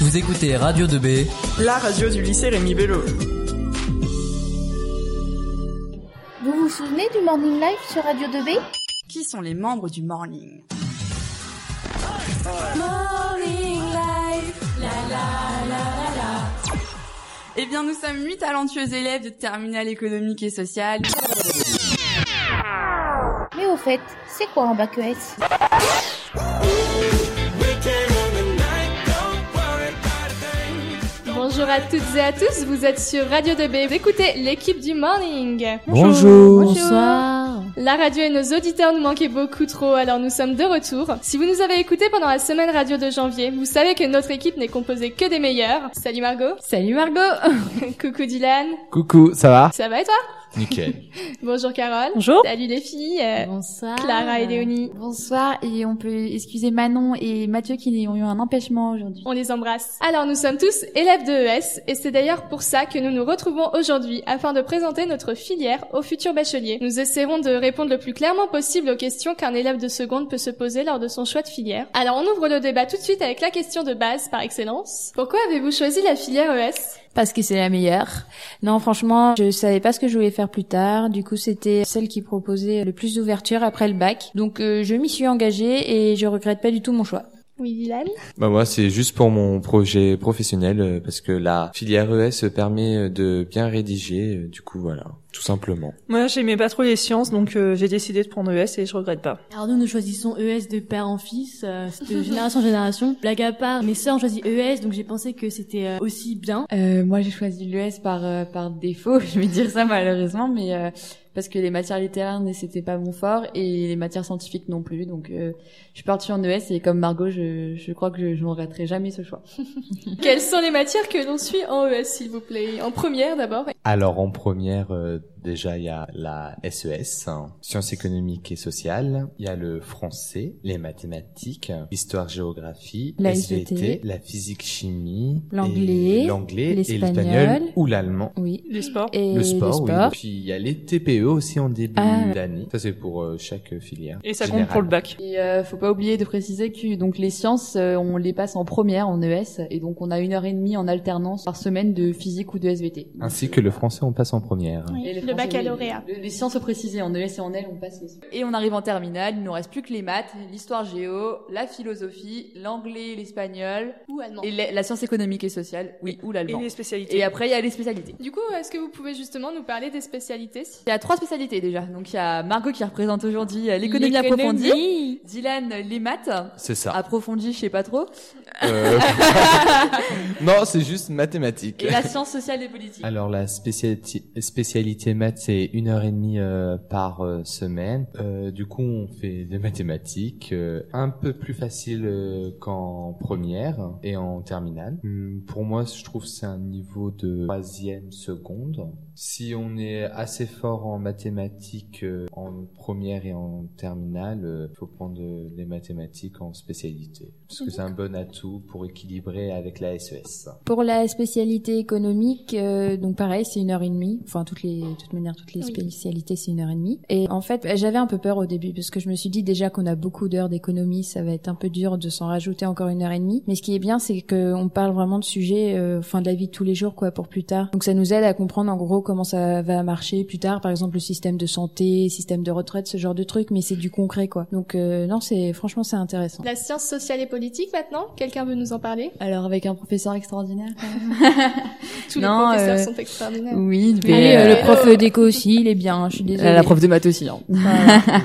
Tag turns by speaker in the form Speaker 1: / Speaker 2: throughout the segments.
Speaker 1: Vous écoutez Radio 2B.
Speaker 2: La radio du lycée Rémi Bello.
Speaker 3: Vous vous souvenez du Morning Live sur Radio 2B
Speaker 2: Qui sont les membres du Morning Eh bien, nous sommes huit talentueux élèves de terminale économique et sociale.
Speaker 3: Mais au fait, c'est quoi un bac E ES
Speaker 4: Bonjour à toutes et à tous, vous êtes sur Radio 2B, vous écoutez l'équipe du Morning.
Speaker 5: Bonjour.
Speaker 6: Bonsoir.
Speaker 4: La radio et nos auditeurs nous manquaient beaucoup trop, alors nous sommes de retour. Si vous nous avez écoutés pendant la semaine radio de janvier, vous savez que notre équipe n'est composée que des meilleurs. Salut Margot,
Speaker 6: Salut Margot.
Speaker 4: coucou Dylan,
Speaker 5: Coucou, ça va
Speaker 4: ça va et toi
Speaker 5: Nickel.
Speaker 4: Bonjour Carole,
Speaker 6: Bonjour.
Speaker 4: salut les filles, euh,
Speaker 6: Bonsoir.
Speaker 4: Clara et Léonie,
Speaker 7: Bonsoir et on peut excuser Manon et Mathieu qui ont eu un empêchement aujourd'hui.
Speaker 4: on les embrasse. Alors nous sommes tous élèves de ES, et c'est d'ailleurs pour ça que nous nous retrouvons aujourd'hui afin de présenter notre filière aux futurs bacheliers. Nous essaierons de répondre le plus clairement possible aux questions qu'un élève de seconde peut se poser lors de son choix de filière. Alors on ouvre le débat tout de suite avec la question de base par excellence. Pourquoi avez-vous choisi la filière E ES
Speaker 6: Parce que c'est la meilleure. Non, franchement, je savais pas ce que je voulais faire plus tard. Du coup, c'était celle qui proposait le plus d'ouverture après le bac. Donc, euh, je m'y suis engagée et je regrette pas du tout mon choix.
Speaker 4: Oui Dylan
Speaker 5: bah moi, c'est juste pour mon projet professionnel euh, parce que la filière ES permet euh, de bien rédiger. euh, Du coup, voilà, tout simplement.
Speaker 8: Moi, j'aimais pas trop les sciences, donc euh, j'ai décidé de prendre ES et je regrette pas.
Speaker 9: Alors nous, nous choisissons ES de père en fils, euh, c'est de génération en génération. Blague à part, mes sœurs ont choisi ES, donc j'ai pensé que c'était euh, aussi bien.
Speaker 10: Euh, moi, j'ai choisi l'ES par euh, par défaut. Je vais dire ça malheureusement, mais euh, parce que les matières littéraires ne- c'était pas mon fort et les matières scientifiques non plus. Donc, euh, je suis partie en ES et comme Margot, je, je crois que je, je ne regretterai jamais ce choix.
Speaker 4: Quelles sont les matières que l'on suit en ES s'il vous plaît En première d'abord
Speaker 5: Alors, en première, euh, déjà, il y a la SES, hein, sciences économiques et sociales. Il y a le français, les mathématiques, histoire, géographie,
Speaker 6: La
Speaker 5: SVT,
Speaker 6: SVT,
Speaker 5: la physique, chimie,
Speaker 6: l'anglais,
Speaker 5: et l'anglais, et
Speaker 6: l'espagnol,
Speaker 5: l'espagnol ou l'allemand.
Speaker 6: Oui.
Speaker 8: Les sports.
Speaker 6: Et
Speaker 5: le sport, oui. Puis il y a les TPE aussi en début
Speaker 6: Ah.
Speaker 5: d'année. Ça c'est pour euh, chaque filière.
Speaker 8: Et ça compte
Speaker 5: Général.
Speaker 8: pour le bac.
Speaker 10: Et euh, faut pas oublier de préciser que donc les sciences, euh, on les passe en première en ES et donc on a une heure et demie en alternance par semaine de physique ou de SVT.
Speaker 5: Ainsi que le français, on passe en première.
Speaker 4: Oui,
Speaker 10: Et
Speaker 4: le
Speaker 10: français,
Speaker 4: baccalauréat.
Speaker 10: oui, le- Les, sciences au précisé en ES et en L, on passe aussi. Et on arrive en terminale, il nous reste plus que les maths, l'histoire géo, la philosophie, l'anglais, l'espagnol
Speaker 4: Ou allemand
Speaker 10: et la, la science économique et sociale, oui, ou
Speaker 8: Et
Speaker 10: l'allemand.
Speaker 8: les spécialités.
Speaker 10: Et après, il y a les spécialités.
Speaker 4: Du coup, est-ce que vous pouvez justement nous parler des spécialités si-
Speaker 10: Il y a trois spécialités déjà. Donc il y a Margot qui représente aujourd'hui euh, l'économie approfondie, Dylan euh, les maths
Speaker 5: C'est ça.
Speaker 10: approfondie, je sais pas trop,
Speaker 5: Euh, non, c'est juste mathématiques.
Speaker 10: et la science sociale et politique.
Speaker 5: Alors la spécialité, spécialité maths, c'est une heure et demie euh, par euh, semaine. Euh, du coup, on fait des mathématiques euh, un peu plus faciles euh, qu'en première et en terminale. Hum, Pour moi, je trouve que c'est un niveau de troisième seconde. Si on est assez fort en mathématiques euh, en première et en terminale, euh, faut prendre euh, les mathématiques en spécialité parce que c'est un bon atout pour équilibrer avec la E SES.
Speaker 6: Pour la spécialité économique, euh, donc pareil, c'est une heure et demie. Enfin, toutes les, de toute manière, toutes les
Speaker 4: Oui.
Speaker 6: spécialités, c'est une heure et demie. Et en fait, j'avais un peu peur au début parce que je me suis dit déjà qu'on a beaucoup d'heures d'économie, ça va être un peu dur de s'en rajouter encore une heure et demie. Mais ce qui est bien, c'est qu'on parle vraiment de sujets, euh, enfin, de la vie de tous les jours, quoi, pour plus tard. Donc ça nous aide à comprendre en gros comment ça va marcher plus tard. Par exemple, le système de santé, système de retraite, ce genre de trucs. Mais c'est du concret, quoi. Donc euh, non, c'est franchement, c'est intéressant.
Speaker 4: La science sociale et politique maintenant Quelqu'un veut nous en parler
Speaker 10: Alors avec un professeur extraordinaire.
Speaker 4: Tous
Speaker 10: Non,
Speaker 4: les professeurs
Speaker 10: euh,
Speaker 4: sont extraordinaires.
Speaker 10: Oui, mais,
Speaker 6: Allez, euh,
Speaker 10: euh,
Speaker 6: le prof d'éco aussi, il est bien. Je suis désolée.
Speaker 10: la prof de maths aussi. Hein.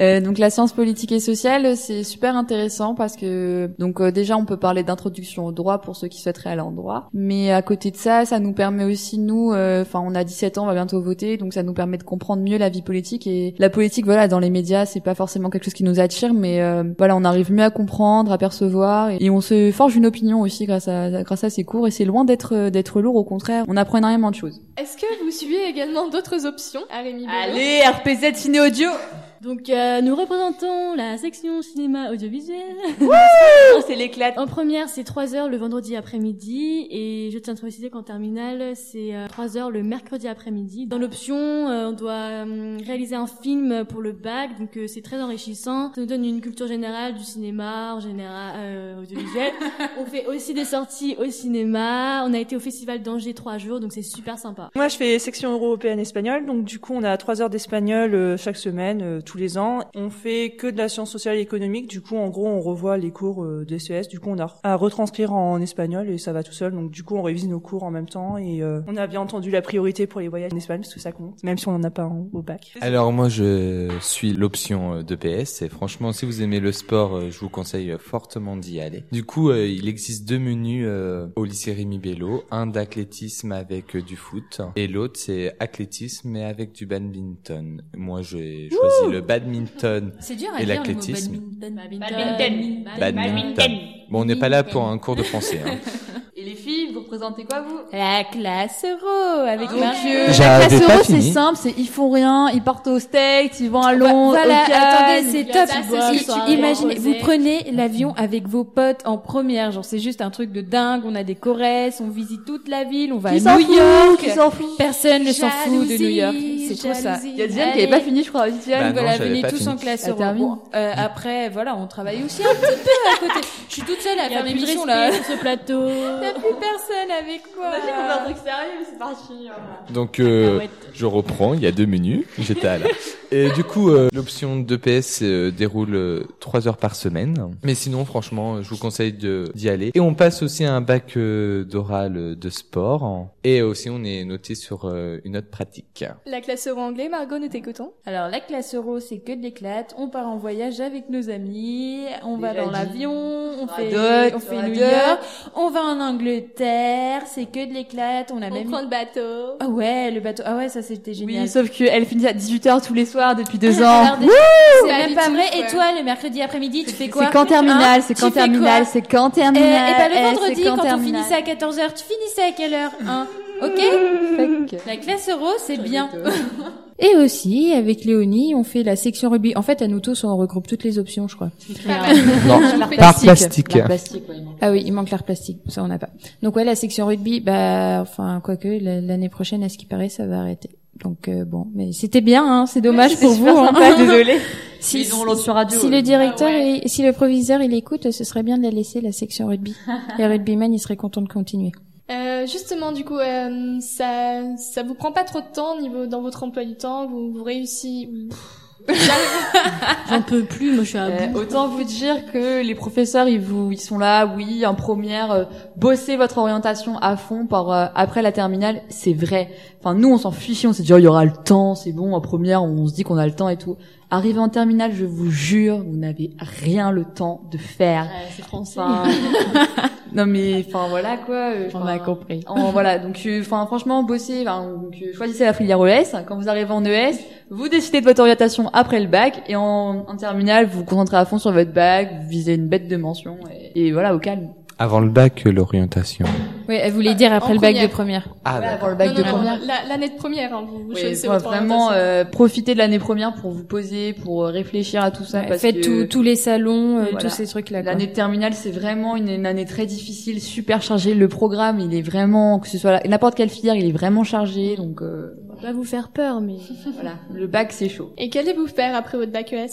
Speaker 10: Euh, donc la science politique et sociale, c'est super intéressant parce que donc euh, déjà on peut parler d'introduction au droit pour ceux qui souhaiteraient aller en droit, mais à côté de ça, ça nous permet aussi nous, euh, enfin on a 17 ans, on va bientôt voter, donc ça nous permet de comprendre mieux la vie politique et la politique voilà dans les médias c'est pas forcément quelque chose qui nous attire, mais euh, voilà on arrive mieux à comprendre, à percevoir et, et on se forge une opinion aussi grâce à grâce à ces cours et c'est loin d'être euh, d'être lourd au contraire, on apprend énormément de choses.
Speaker 4: Est-ce que vous suivez également d'autres options, Arémi Bello
Speaker 10: RPZ ciné audio.
Speaker 9: Donc, euh, nous représentons la section cinéma audiovisuel. Oh,
Speaker 1: c'est l'éclat.
Speaker 9: En première, c'est 3 heures le vendredi après-midi et je tiens à préciser qu'en terminale, c'est euh, 3 heures le mercredi après-midi. Dans l'option, euh, on doit euh, réaliser un film pour le bac, donc euh, c'est très enrichissant. Ça nous donne une culture générale du cinéma en général euh, audiovisuel. on fait aussi des sorties au cinéma. On a été au festival d'Angers 3 jours, donc c'est super sympa.
Speaker 8: Moi, je fais section européenne espagnole, donc du coup, on a trois heures d'espagnol euh, chaque semaine, euh, tous les ans. On fait que de la science sociale et économique, du coup, en gros, on revoit les cours euh, d'SES, du coup, on a à retranscrire en espagnol et ça va tout seul, donc du coup, on révise nos cours en même temps et euh, on a bien entendu la priorité pour les voyages en Espagne, parce que ça compte, même si on n'en a pas en- au bac.
Speaker 5: Alors moi je suis l'option euh, de PS et franchement si vous aimez le sport euh, je vous conseille euh, fortement d'y aller. Du coup euh, il existe deux menus euh, au lycée Rémi Bello, un d'athlétisme avec euh, du foot et l'autre c'est athlétisme mais avec du badminton. Moi j'ai choisi le badminton
Speaker 1: C'est dur à
Speaker 5: et
Speaker 1: dire le mot
Speaker 5: l'athlétisme.
Speaker 1: badminton.
Speaker 9: Badminton.
Speaker 5: Badminton. Bon on n'est pas là pour un cours de français. Hein.
Speaker 1: Et les filles, vous représentez quoi vous Ah
Speaker 7: La classe euro avec Mathieu.
Speaker 5: J'avais
Speaker 7: La classe
Speaker 5: pas
Speaker 7: euro, c'est
Speaker 5: fini.
Speaker 7: simple, c'est ils font rien, ils partent aux States, ils vont à Londres.
Speaker 6: voilà,
Speaker 7: au Cannes.
Speaker 6: attendez, c'est
Speaker 7: Ils
Speaker 6: top.
Speaker 7: passent
Speaker 9: boivent,
Speaker 7: aussi-
Speaker 6: Si-
Speaker 9: soirée,
Speaker 6: imaginez, vous
Speaker 9: reposée.
Speaker 6: prenez l'avion avec vos potes en première, genre c'est juste un truc de dingue. On a des Corrèges, on visite toute la ville, on va
Speaker 7: Qui
Speaker 6: à
Speaker 7: s'en
Speaker 6: New
Speaker 7: fout,
Speaker 6: York.
Speaker 9: bah,
Speaker 7: qui s'en fout.
Speaker 6: Personne ne s'en fout de New York.
Speaker 7: Jalousie,
Speaker 6: C'est trop ça.
Speaker 7: jalousie.
Speaker 10: Il y a Diane qui avait pas fini, je crois.
Speaker 5: Bah
Speaker 6: Voilà,
Speaker 5: non,
Speaker 6: voilà,
Speaker 5: j'avais
Speaker 6: venez
Speaker 5: pas
Speaker 6: tous
Speaker 5: fini.
Speaker 6: en classe
Speaker 7: Elle
Speaker 6: euro.
Speaker 7: termine.
Speaker 6: Bon, euh, après, voilà, on travaille aussi un petit peu à côté. Je suis toute seule à
Speaker 9: Il y a
Speaker 6: faire mes
Speaker 9: plus de
Speaker 6: missions
Speaker 9: respect
Speaker 6: là.
Speaker 9: sur ce plateau.
Speaker 6: T'as plus personne avec moi.
Speaker 5: Donc euh,
Speaker 9: Cacahuète.
Speaker 5: je reprends, il y a deux menus, j'étais à là. Et du coup, euh, l'option de PS euh, déroule euh, trois heures par semaine. Mais sinon, franchement, euh, je vous conseille de- d'y aller. Et on passe aussi à un bac euh, d'oral euh, de sport. hein. Et aussi, on est noté sur euh, une autre pratique.
Speaker 4: La classe euro anglais, Margot, nous t'écoutons.
Speaker 6: Alors la classe euro, c'est que de l'éclate. On part en voyage avec nos amis, on va
Speaker 10: Déjà
Speaker 6: dans
Speaker 10: dit.
Speaker 6: l'avion, on fait,
Speaker 10: Radote,
Speaker 6: on fait
Speaker 10: radote.
Speaker 6: New York, on va en Angleterre, c'est que de l'éclate. On a
Speaker 4: On
Speaker 6: même
Speaker 4: prend le bateau.
Speaker 6: ah ouais le bateau, ah ouais ça c'était génial.
Speaker 10: Oui, sauf qu'elle finit à 18h tous les soirs depuis deux ans.
Speaker 6: Alors, déjà, c'est
Speaker 2: Pas
Speaker 6: même
Speaker 2: du
Speaker 6: pas
Speaker 2: tout,
Speaker 6: vrai.
Speaker 2: ouais.
Speaker 6: Et toi le mercredi après-midi, tu fais quoi Ah,
Speaker 10: C'est qu'en terminale, c'est
Speaker 6: hein Tu
Speaker 10: qu'en
Speaker 6: fais quoi
Speaker 10: terminale, c'est qu'en
Speaker 6: Euh,
Speaker 10: terminale.
Speaker 6: et ben le
Speaker 10: eh,
Speaker 6: vendredi
Speaker 10: c'est qu'en
Speaker 6: quand on
Speaker 10: terminale.
Speaker 6: finissait à 14h, tu finissais à quelle heure hein OK
Speaker 10: Fait que-
Speaker 6: La classe euro, c'est bien. Et aussi, avec Léonie, on fait la section rugby. En fait, à nous tous, on regroupe toutes les options, je crois.
Speaker 5: Non, par plastique.
Speaker 10: L'art plastique, ouais, il manque.
Speaker 6: Ah oui, il manque l'art plastique, ça on n'a pas. Donc ouais, la section rugby, bah, enfin quoique la- l'année prochaine, à ce qui paraît, ça va arrêter. Donc euh, bon, mais c'était bien, hein, c'est dommage pour vous. hein.
Speaker 10: désolé.
Speaker 6: Si,
Speaker 1: Ils ont l'autre sur radio,
Speaker 6: si
Speaker 1: là.
Speaker 6: le directeur, et si le proviseur, il écoute, ce serait bien de la laisser la section rugby. Les rugbymen, ils seraient contents de continuer.
Speaker 4: Euh, justement, du coup, euh, ça, ça vous prend pas trop de temps au niveau dans votre emploi du temps. Vous, vous réussissez.
Speaker 9: J'en peux plus, moi je suis à
Speaker 10: Euh,
Speaker 9: bout.
Speaker 10: autant vous dire que les professeurs, ils vous, ils sont là, oui, en première, euh, bossez votre orientation à fond par euh, après la terminale, c'est vrai. Enfin, nous, on s'en fichait, on s'est dit, oh, il y aura le temps, c'est bon, en première, on se dit qu'on a le temps et tout. Arrivé en terminale, je vous jure, vous n'avez rien le temps de faire.
Speaker 9: Ouais, c'est français.
Speaker 10: Enfin, non mais, enfin voilà quoi. euh, enfin,
Speaker 7: compris.
Speaker 10: en- voilà, donc euh, enfin franchement bossez, enfin, donc, euh, choisissez la filière ES. Quand vous arrivez en ES, vous décidez de votre orientation après le bac et en, en terminale, vous vous concentrez à fond sur votre bac, vous visez une bête de mention et, et voilà au calme.
Speaker 5: Avant le bac, euh, l'orientation.
Speaker 6: Oui, elle voulait dire après
Speaker 4: en
Speaker 6: le bac
Speaker 4: première.
Speaker 6: de première.
Speaker 5: Ah,
Speaker 10: Voilà,
Speaker 5: d'accord.
Speaker 10: avant le bac
Speaker 4: Non,
Speaker 10: de
Speaker 4: non, non,
Speaker 10: première.
Speaker 4: la- L'année de première, hein, vous, vous
Speaker 10: Oui,
Speaker 4: choisissez
Speaker 10: enfin,
Speaker 4: votre
Speaker 10: vraiment
Speaker 4: orientation.
Speaker 10: euh, profitez de l'année première pour vous poser, pour euh, réfléchir à tout ça
Speaker 6: Ouais,
Speaker 10: parce
Speaker 6: faites
Speaker 10: que
Speaker 6: tous- tous les salons, euh,
Speaker 10: Voilà.
Speaker 6: tous ces trucs là.
Speaker 10: L'année de terminale, c'est vraiment une, une année très difficile, super chargée. Le programme, il est vraiment, que ce soit la- n'importe quelle filière, il est vraiment chargé. Donc euh,
Speaker 9: On va pas vous faire peur, mais.
Speaker 10: voilà, le bac, c'est chaud.
Speaker 6: euh.
Speaker 4: Et qu'allez-vous faire après votre bac E ES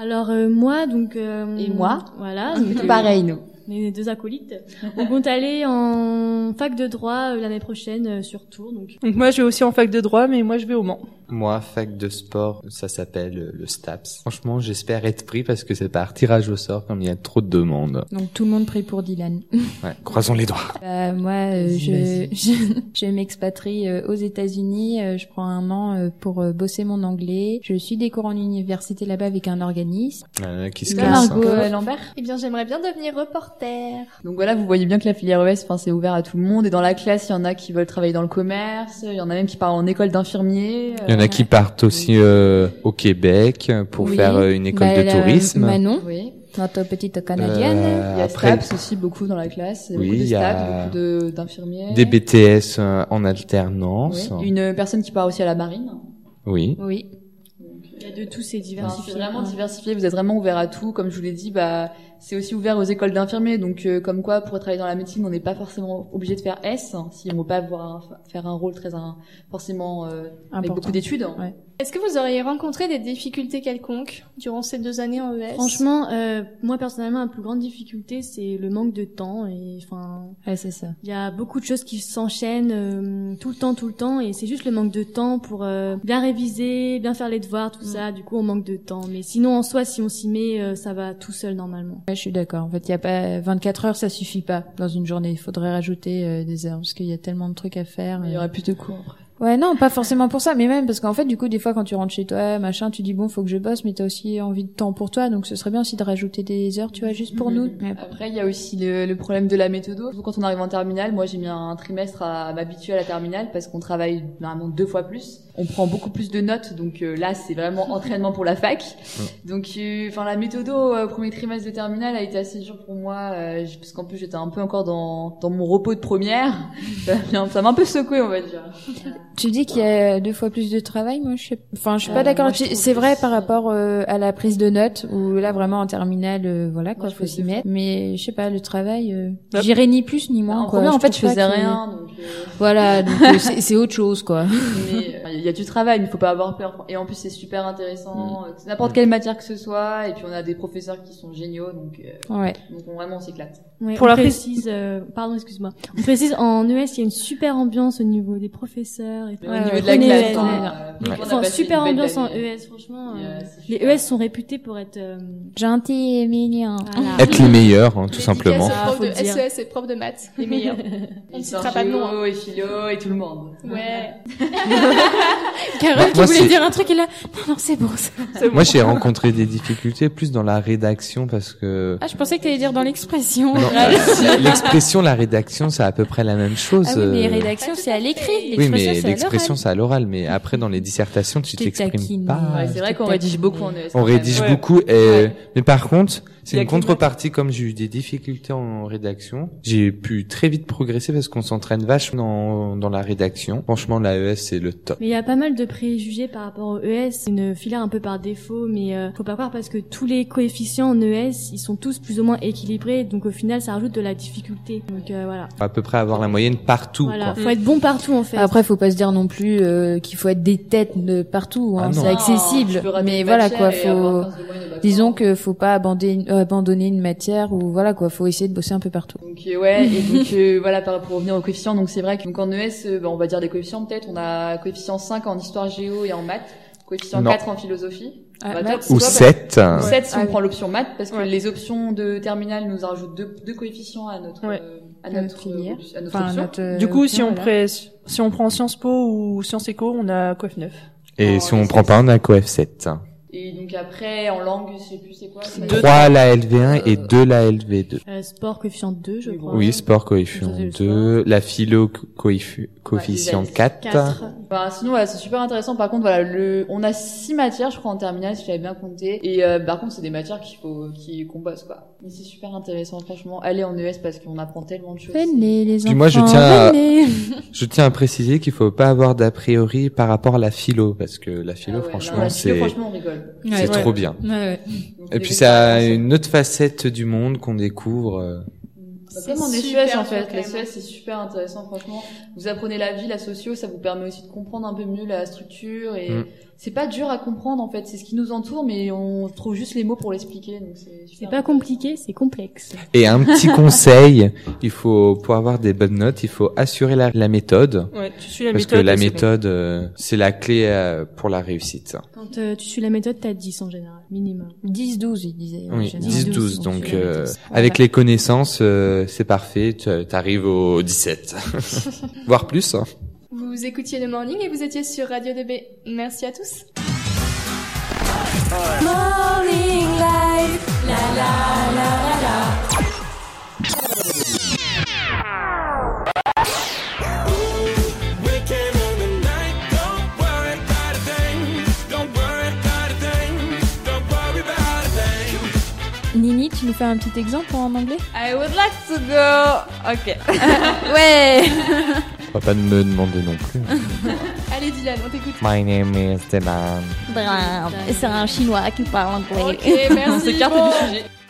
Speaker 9: Alors euh, moi donc euh,
Speaker 10: Et moi
Speaker 9: voilà
Speaker 10: Pareil, nous.
Speaker 9: les deux acolytes on compte aller en fac de droit euh, l'année prochaine euh, sur Tours donc
Speaker 8: Donc moi, je vais aussi en fac de droit, mais moi, je vais au Mans.
Speaker 5: Moi, fac de sport, ça s'appelle euh, le STAPS. Franchement, j'espère être pris parce que c'est par tirage au sort comme il y a trop de demandes.
Speaker 6: Donc tout le monde prie pour Dylan.
Speaker 5: Ouais, croisons les doigts.
Speaker 6: Bah, moi, euh,
Speaker 5: Vas-y,
Speaker 6: je,
Speaker 5: vas-y.
Speaker 6: je, je m'expatrie euh, aux États-Unis. euh, je prends un an euh, pour euh, bosser mon anglais. Je suis des cours en université là-bas avec un organisme.
Speaker 5: Euh, qui se
Speaker 10: Comme
Speaker 5: casse.
Speaker 10: Margot euh, Lambert.
Speaker 4: Eh bien, j'aimerais bien devenir reporter.
Speaker 10: Donc voilà, vous voyez bien que la filière ES, enfin, c'est ouvert à tout le monde. Et dans la classe, il y en a qui veulent travailler dans le commerce, il y en a même qui partent en école d'infirmier. euh,
Speaker 5: Il y en a qui partent aussi euh, au Québec pour
Speaker 6: Oui.
Speaker 5: faire euh, une école de
Speaker 6: Bah, la-
Speaker 5: tourisme.
Speaker 6: Manon,
Speaker 10: Oui.
Speaker 6: notre petite canadienne.
Speaker 5: Euh,
Speaker 10: Il y a
Speaker 5: après,
Speaker 10: STAPS aussi beaucoup dans la classe.
Speaker 5: Oui,
Speaker 10: beaucoup de
Speaker 5: il y a
Speaker 10: STAPS, beaucoup de- d'infirmiers.
Speaker 5: des BTS euh, en
Speaker 10: Oui.
Speaker 5: alternance.
Speaker 10: Une personne qui part aussi à la marine.
Speaker 5: Oui.
Speaker 6: Oui.
Speaker 10: Donc, euh,
Speaker 9: Il y a de tout, c'est
Speaker 10: Enfin, c'est
Speaker 9: diversifié.
Speaker 10: vraiment diversifié, vous êtes vraiment ouvert à tout. Comme je vous l'ai dit, bah, c'est aussi ouvert aux écoles d'infirmiers. Donc, euh, comme quoi, pour travailler dans la médecine, on n'est pas forcément obligé de faire S, hein, si on veut pas avoir un- faire un rôle très un- forcément euh, avec
Speaker 6: Important.
Speaker 10: beaucoup d'études.
Speaker 6: Ouais.
Speaker 4: Est-ce que vous auriez rencontré des difficultés quelconques durant ces deux années en E ES
Speaker 9: Franchement, euh, moi personnellement, la plus grande difficulté, c'est le manque de temps. Et enfin,
Speaker 6: Ouais, c'est ça.
Speaker 9: il y a beaucoup de choses qui s'enchaînent euh, tout le temps, tout le temps. Et c'est juste le manque de temps pour euh, bien réviser, bien faire les devoirs,
Speaker 2: Mm.
Speaker 9: tout ça. Du coup, on manque de temps. Mais sinon, en soi, si on s'y met, euh, ça va tout seul normalement.
Speaker 6: Ouais, je suis d'accord. En fait, il y a pas 24 heures, ça suffit pas dans une journée. Il faudrait rajouter euh, des heures parce qu'il y a tellement de trucs à faire.
Speaker 10: Il y
Speaker 6: euh.
Speaker 10: aurait plus de cours.
Speaker 6: Ouais, non, pas forcément pour ça, mais même parce qu'en fait, du coup, des fois, quand tu rentres chez toi, machin, tu dis bon, faut que je bosse, mais t'as aussi envie de temps pour toi, donc ce serait bien aussi de rajouter des heures, tu vois, juste pour nous. Ouais.
Speaker 10: Après, il y a aussi le, le problème de la méthodo. Surtout Quand on arrive en terminale, moi j'ai mis un trimestre à m'habituer à la terminale parce qu'on travaille normalement deux fois plus. On prend beaucoup plus de notes, donc euh, là c'est vraiment entraînement pour la fac. Donc, euh, enfin la méthodo euh, au premier trimestre de terminale a été assez dur pour moi euh, j- parce qu'en plus j'étais un peu encore dans, dans mon repos de première. Ça m'a- ça m'a un peu secoué on va dire.
Speaker 6: Tu dis qu'il y a deux fois plus de travail, moi, je sais, enfin, je suis pas
Speaker 10: Euh,
Speaker 6: d'accord.
Speaker 10: moi, je
Speaker 6: Tu-
Speaker 10: trouve
Speaker 6: C'est
Speaker 10: que
Speaker 6: vrai
Speaker 10: c'est-
Speaker 6: par rapport euh, à la prise de notes où là, vraiment en terminale, euh, voilà,
Speaker 10: Moi,
Speaker 6: quoi,
Speaker 10: je
Speaker 6: faut
Speaker 10: fais
Speaker 6: s'y
Speaker 10: deux fois.
Speaker 6: mettre. Mais je sais pas, le travail, euh,
Speaker 8: Yep.
Speaker 6: j'irai ni plus ni moins.
Speaker 10: en
Speaker 6: quoi.
Speaker 10: première en fait je
Speaker 6: trouve pas
Speaker 10: faisais
Speaker 6: qu'il y ait-
Speaker 10: rien. Donc, euh,
Speaker 6: Voilà, donc, euh, c'est c'est autre chose, quoi.
Speaker 10: mais euh, il y a du travail, mais il faut pas avoir peur. Et en plus, c'est super intéressant. euh, N'importe quelle matière que ce soit, et puis on a des professeurs qui sont géniaux, donc, euh,
Speaker 6: Ouais.
Speaker 10: donc on, vraiment on s'éclate.
Speaker 9: Ouais,
Speaker 8: Pour
Speaker 9: on
Speaker 8: la pré-
Speaker 9: précise, euh, pardon, excuse-moi. On précise en ES, il y a une super ambiance au niveau des professeurs. Et tout.
Speaker 10: Même au niveau de
Speaker 9: On
Speaker 10: la
Speaker 9: est-
Speaker 10: classe,
Speaker 9: ouais.
Speaker 10: hein, euh,
Speaker 9: Les-
Speaker 10: on a
Speaker 9: enfin,
Speaker 10: passé
Speaker 9: super
Speaker 10: une belle
Speaker 9: ambiance en
Speaker 6: E
Speaker 10: année.
Speaker 9: ES, franchement.
Speaker 10: Et,
Speaker 9: euh,
Speaker 10: euh, c'est
Speaker 9: les
Speaker 10: super.
Speaker 9: ES sont réputés pour être. euh,
Speaker 6: Gentil et mignon.
Speaker 9: voilà.
Speaker 5: Être les meilleurs, hein, tout
Speaker 4: Dédicace
Speaker 5: simplement.
Speaker 4: aux profs
Speaker 9: Ah, faut
Speaker 4: de
Speaker 9: le dire.
Speaker 4: SES et profs de maths, les meilleurs. On ne
Speaker 10: Histoire
Speaker 4: citera pas de nom. hein.
Speaker 10: géo et philo et tout le monde.
Speaker 4: Ouais.
Speaker 5: Bah,
Speaker 6: Carole, tu
Speaker 5: moi,
Speaker 6: voulais
Speaker 5: c'est-
Speaker 6: dire un truc et là, non, non, c'est bon. ça.
Speaker 5: Moi, j'ai rencontré des difficultés plus dans la rédaction parce que
Speaker 6: Ah, je pensais que t'allais dire dans l'expression.
Speaker 5: Non, euh, l'expression, la rédaction, c'est à peu près la même chose.
Speaker 6: Ah oui, mais
Speaker 5: euh.
Speaker 6: rédaction, c'est à l'écrit.
Speaker 5: Oui,
Speaker 6: L'expression,
Speaker 5: mais
Speaker 6: c'est à
Speaker 5: l'expression,
Speaker 6: l'oral.
Speaker 5: c'est à l'oral. Mais après, dans les dissertations, tu
Speaker 6: Je t'ai
Speaker 5: t'exprimes
Speaker 6: taquiné.
Speaker 5: pas.
Speaker 10: Ouais, c'est vrai
Speaker 6: je
Speaker 10: qu'on
Speaker 6: te
Speaker 10: rédige
Speaker 6: taquine.
Speaker 10: beaucoup en ES. quand
Speaker 5: Ah, On
Speaker 10: même.
Speaker 5: rédige
Speaker 8: Ouais.
Speaker 5: beaucoup, et,
Speaker 10: Ouais.
Speaker 5: mais par contre,
Speaker 8: Il y
Speaker 5: c'est
Speaker 8: a
Speaker 5: une
Speaker 8: que le maths.
Speaker 5: contrepartie. Comme j'ai eu des difficultés en rédaction, j'ai pu très vite progresser parce qu'on s'entraîne vachement dans, dans la rédaction. Franchement, la ES, c'est le top.
Speaker 9: Mais il y a pas mal de préjugés par rapport au ES. C'est une filière un peu par défaut, mais euh, faut pas croire parce que tous les coefficients en ES, ils sont tous plus ou moins équilibrés. Donc au final, ça rajoute de la difficulté. Donc euh, voilà.
Speaker 5: Faut à peu près avoir la moyenne partout.
Speaker 9: Voilà.
Speaker 5: quoi.
Speaker 9: Faut être bon partout en fait.
Speaker 6: Après, faut pas se dire non plus euh, qu'il faut être des têtes de partout. hein,
Speaker 5: Ah non.
Speaker 6: c'est accessible. mais voilà quoi, faut. Disons que faut pas abandonner, euh, abandonner une matière ou voilà quoi, faut essayer de bosser un peu partout.
Speaker 10: Donc euh, ouais, et donc euh, voilà par- pour revenir aux coefficients, donc c'est vrai que donc en ES, euh, bah, on va dire des coefficients peut-être, on a coefficient 5 en histoire géo et en maths, coefficient
Speaker 5: Non.
Speaker 10: 4 en philosophie. Bah, toi,
Speaker 5: Ou
Speaker 10: toi,
Speaker 5: 7.
Speaker 10: Ou 7 si
Speaker 6: Ah
Speaker 10: on
Speaker 6: oui.
Speaker 10: prend l'option maths, parce que
Speaker 8: Ouais.
Speaker 10: les options de terminale nous rajoutent deux, deux coefficients à notre,
Speaker 8: Ouais.
Speaker 10: euh, à
Speaker 6: À
Speaker 10: notre,
Speaker 6: notre filière.
Speaker 10: euh, à notre
Speaker 6: Enfin,
Speaker 10: option.
Speaker 6: notre, euh,
Speaker 8: Du coup, si on,
Speaker 6: voilà.
Speaker 8: pré- si on prend Sciences Po ou Sciences Éco, on a coif 9.
Speaker 5: Et
Speaker 10: Oh,
Speaker 5: si on
Speaker 10: les
Speaker 5: prend
Speaker 10: sept.
Speaker 5: pas, on a quoi F7
Speaker 10: Et donc après, en langue, je sais plus c'est quoi. c'est-
Speaker 8: Deux.
Speaker 5: 3 la LV1 et 2 la LV2.
Speaker 9: Euh, sport coefficient 2, je
Speaker 10: Oui,
Speaker 9: crois.
Speaker 5: Oui, sport coefficient
Speaker 9: Ça, c'est le sport.
Speaker 5: 2, la philo co- coeffi- coefficient
Speaker 10: les indices.
Speaker 5: 4.
Speaker 9: 4.
Speaker 10: Bah, sinon, voilà, c'est super intéressant. Par contre, voilà, le, on a six matières, je crois, en terminale, si j'avais bien compté. Et euh, par contre, c'est des matières qu'il faut, qui qu'on bosse, quoi. Mais c'est super intéressant, franchement. Allez en ES parce qu'on apprend tellement de choses.
Speaker 6: Venez les enfants.
Speaker 5: Puis moi, je tiens à-
Speaker 6: venez.
Speaker 5: Je tiens à préciser qu'il faut pas avoir d'a priori par rapport à la philo parce que la
Speaker 10: Ah
Speaker 5: philo
Speaker 10: ouais,
Speaker 5: franchement
Speaker 10: non, la philo,
Speaker 5: c'est
Speaker 10: franchement, on rigole.
Speaker 5: c'est
Speaker 6: Ouais.
Speaker 5: trop bien.
Speaker 6: Ouais, ouais.
Speaker 10: Donc,
Speaker 5: Et
Speaker 10: les
Speaker 5: puis ça a
Speaker 10: expériences,
Speaker 5: une autre facette du monde qu'on découvre. euh.
Speaker 10: Bah,
Speaker 4: C'est
Speaker 10: Comme en
Speaker 4: super
Speaker 10: SES en
Speaker 4: dur,
Speaker 10: fait,
Speaker 4: quand
Speaker 10: les
Speaker 4: même.
Speaker 10: SES c'est super intéressant franchement. Vous apprenez la vie, la socio, ça vous permet aussi de comprendre un peu mieux la structure et
Speaker 5: Mm.
Speaker 10: c'est pas dur à comprendre en fait, c'est ce qui nous entoure mais on trouve juste les mots pour l'expliquer donc c'est
Speaker 9: C'est
Speaker 10: super
Speaker 9: pas compliqué, c'est complexe.
Speaker 5: Et un petit conseil, il faut pour avoir des bonnes notes, il faut assurer la, la méthode
Speaker 8: Ouais, tu suis la
Speaker 5: parce
Speaker 8: méthode.
Speaker 5: que la
Speaker 8: et c'est
Speaker 5: méthode euh, c'est la clé euh, pour la réussite.
Speaker 9: Quand euh, tu suis la méthode, t'as 10 en général, minimum.
Speaker 6: 10, 12, il disait. en
Speaker 5: Oui,
Speaker 6: général.
Speaker 5: 10 12
Speaker 6: 12,
Speaker 5: donc
Speaker 6: euh,
Speaker 5: euh, avec les connaissances euh, c'est parfait, tu- t'arrives au 17 voire plus. hein.
Speaker 4: Vous écoutiez le morning et vous étiez sur Radio DB. Merci à tous.
Speaker 6: Nini, tu nous fais un petit exemple en anglais
Speaker 2: I would like to go. Ok.
Speaker 6: Ouais
Speaker 5: Faut pas me demander non plus.
Speaker 4: Allez-y. Dylan, on t'écoute.
Speaker 5: My name is Dylan.
Speaker 7: C'est un chinois qui parle anglais.
Speaker 4: Ok, merci.
Speaker 11: On s'écarte
Speaker 4: bon.
Speaker 11: du sujet.